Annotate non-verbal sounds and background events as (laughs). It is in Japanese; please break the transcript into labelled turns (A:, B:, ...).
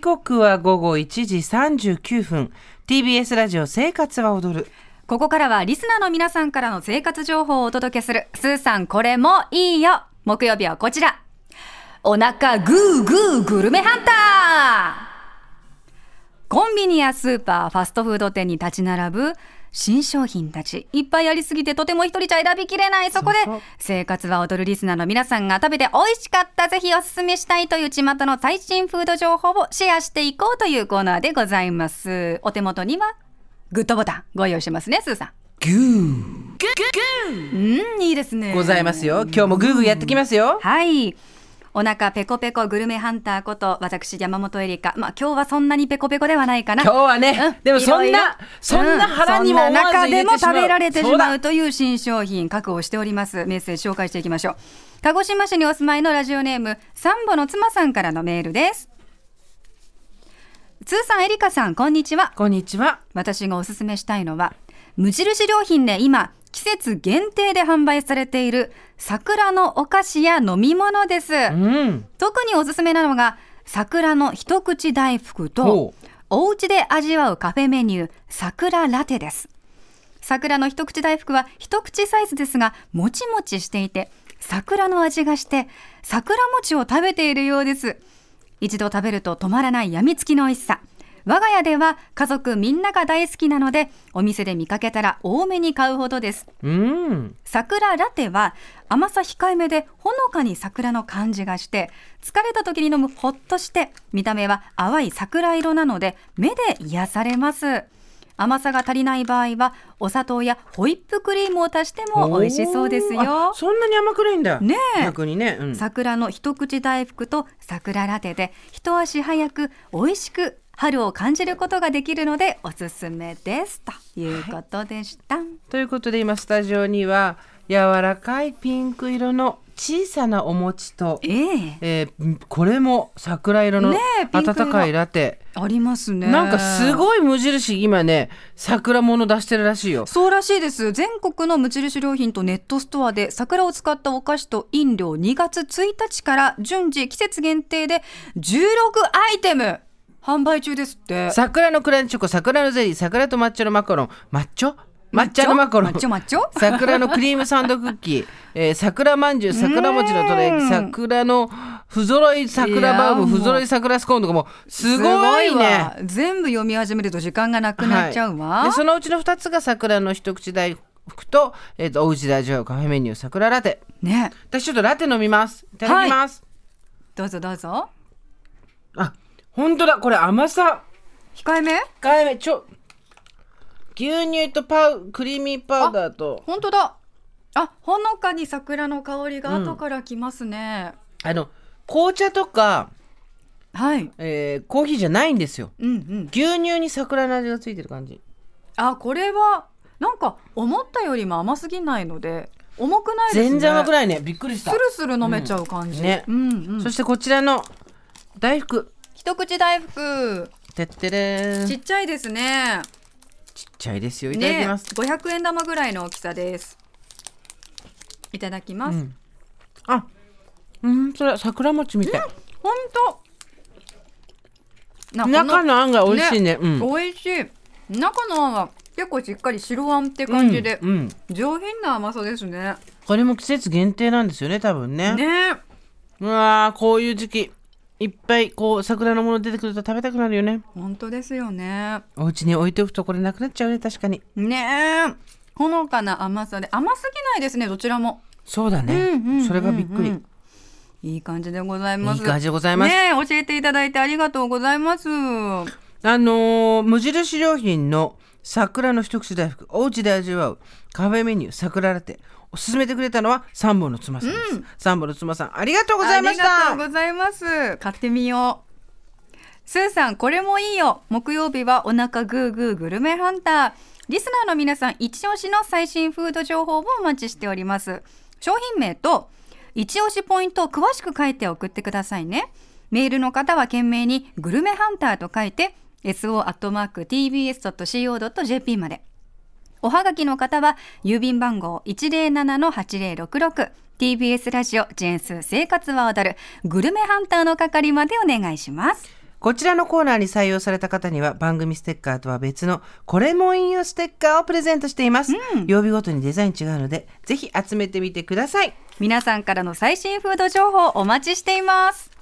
A: 刻は午後1時39分 TBS ラジオ生活は踊る
B: ここからはリスナーの皆さんからの生活情報をお届けする、スーさんこれもいいよ木曜日はこちら。お腹グーグーグルメハンターコンビニやスーパー、ファストフード店に立ち並ぶ新商品たち。いっぱいありすぎてとても一人じゃ選びきれない。そこで
A: そうそう、
B: 生活は踊るリスナーの皆さんが食べて美味しかった、ぜひおすすめしたいという巷の最新フード情報をシェアしていこうというコーナーでございます。お手元にはグッドボタンご用意してますね、スーさん。
A: ギュー
B: うん、いいですね。
A: ございますよ今日もグーグーやってきますよ
B: はい。お腹ペコペコグルメハンターこと私山本エリカ。まあ今日はそんなにペコペコではないかな。
A: 今日はね
B: うん
A: でもそん
B: いろいろ
A: なそんな腹にも
B: うん
A: 思
B: そん
A: わず
B: な中
A: 入
B: で
A: れ
B: も
A: てしま
B: 食
A: う
B: べられて
A: そ
B: し
A: うだ
B: まうという新商品確保しておりますメッセージ紹介していきましょう鹿児島市にお住まいのラジオネームサンボの妻さんからのメールです通さんエリカさんこんにちは
A: こんにちは
B: 私がおすすめしたいのは無印良品で今季節限定で販売されている桜のお菓子や飲み物です、
A: うん
B: 特におすすめなのが桜の一口大福と
A: ほ
B: お家で味わうカフェメニュー桜ラテです桜の一口大福は一口サイズですがもちもちしていて桜の味がして桜餅を食べているようです一度食べると止まらないやみつきの美味しさ我が家では家族みんなが大好きなのでお店で見かけたら多めに買うほどです
A: うん
B: 桜ラテは甘さ控えめでほのかに桜の感じがして疲れた時に飲むほっとして見た目は淡い桜色なので目で癒されます甘さが足りない場合はお砂糖やホイップクリームを足しても美味しそうです
A: おー
B: よ
A: あそんなに甘くないんだ
B: ねえ
A: 逆にねうん
B: 桜の一口大福と桜ラテで一足早く美味しく春を感じることができるのでおすすめですということでした、
A: ということで今スタジオには柔らかいピンク色の小さなお餅と、
B: ええ
A: えーこれも桜色の
B: ねえピンク
A: 温
B: 色
A: かいラテ、
B: ありますね
A: なんかす
B: い
A: ごい無印今ね桜物出してるらしいよ
B: そうらしいです全国の無印良品とネットストアで桜を使ったお菓子と飲料2月1日から順次季節限定で16アイテム販売中ですって
A: 桜のクランチョコ桜のゼリー桜と抹茶のマカロン抹茶抹茶のマカロン
B: マッチョマッチョ
A: 桜のクリームサンドクッキー、えー、桜まんじゅう桜餅のどら焼
B: う
A: き
B: ん
A: 桜の不揃い桜バウ
B: いやーも
A: ム
B: う
A: 不揃い桜スコーンとかもう (laughs) すごい
B: すご
A: ね
B: わ全部読み始めると時間がなくなっちゃうわ、
A: はいでそのうちの2つが桜の一口大福と,、えー、とおうちで味わうカフェメニュー桜ラテ
B: ね
A: 私ちょっとラテ飲みますいただきます、
B: どうぞどうぞ
A: あ本当だこれ甘さ
B: 控えめ
A: 控えめちょ牛乳とパウクリーミーパウダーと
B: 本当だあほのかに桜の香りが後からきますね、
A: あの紅茶とか、
B: はい
A: えーコーヒーじゃないんですよ
B: うんうん
A: 牛乳に桜の味がついてる感じ
B: あこれはなんか思ったよりも甘すぎないので重くないですね
A: 全然甘く
B: い
A: ないねびっくりし
B: ス
A: た
B: ルスル飲めちゃう感じ、
A: うんね
B: うんうん
A: そしてこちらの大福
B: 一口大福
A: てってれーん
B: ち
A: ちっ
B: っちゃいですね
A: ちゃいですよいただ
B: ね
A: きます、
B: 500円玉ぐらいの大きさですいただきます、
A: うんあうんそれ桜餅みたい、
B: ほんとなこ
A: 中のあんが美味しいねうん
B: 美味しい中のあんは結構しっかり白あんって感じで、
A: うんうん
B: 上品な甘さですね
A: これも季節限定なんですよね多分ね
B: ね
A: うわーこういう時期いっぱいこう桜のもの出てくると食べたくなるよね
B: 本当ですよね
A: お家に置いておくとこれなくなっちゃうね確かに
B: ねえほのかな甘さで甘すぎないですねどちらも
A: そうだね、
B: うんうんうんうん
A: それがびっくり、
B: いい感じでございます
A: いい感じでございます
B: ねえ教えていただいてありがとうございます
A: あのー無印良品の桜の一口大福おうちで味わうカフェメニュー桜ラテを勧めてくれたのは三本の妻さんです、三本の妻さんありがとうございまし
B: ありがとう
A: た
B: ございます買ってみようスーさんこれもいいよ木曜日はお腹グーグーグルメハンターリスナーの皆さん一押しの最新フード情報をお待ちしております商品名と一押しポイントを詳しく書いて送ってくださいねメールの方は懸命にグルメハンターと書いて so.tbs.co.jp までおはがきの方は郵便番号 107-8066TBS ラジオジェンス生活は踊るグルメハンターの係までお願いします
A: こちらのコーナーに採用された方には番組ステッカーとは別のこれも引用ステッカーをプレゼントしています、曜日ごとにデザイン違うのでぜひ集めてみてください
B: 皆さんからの最新フード情報お待ちしています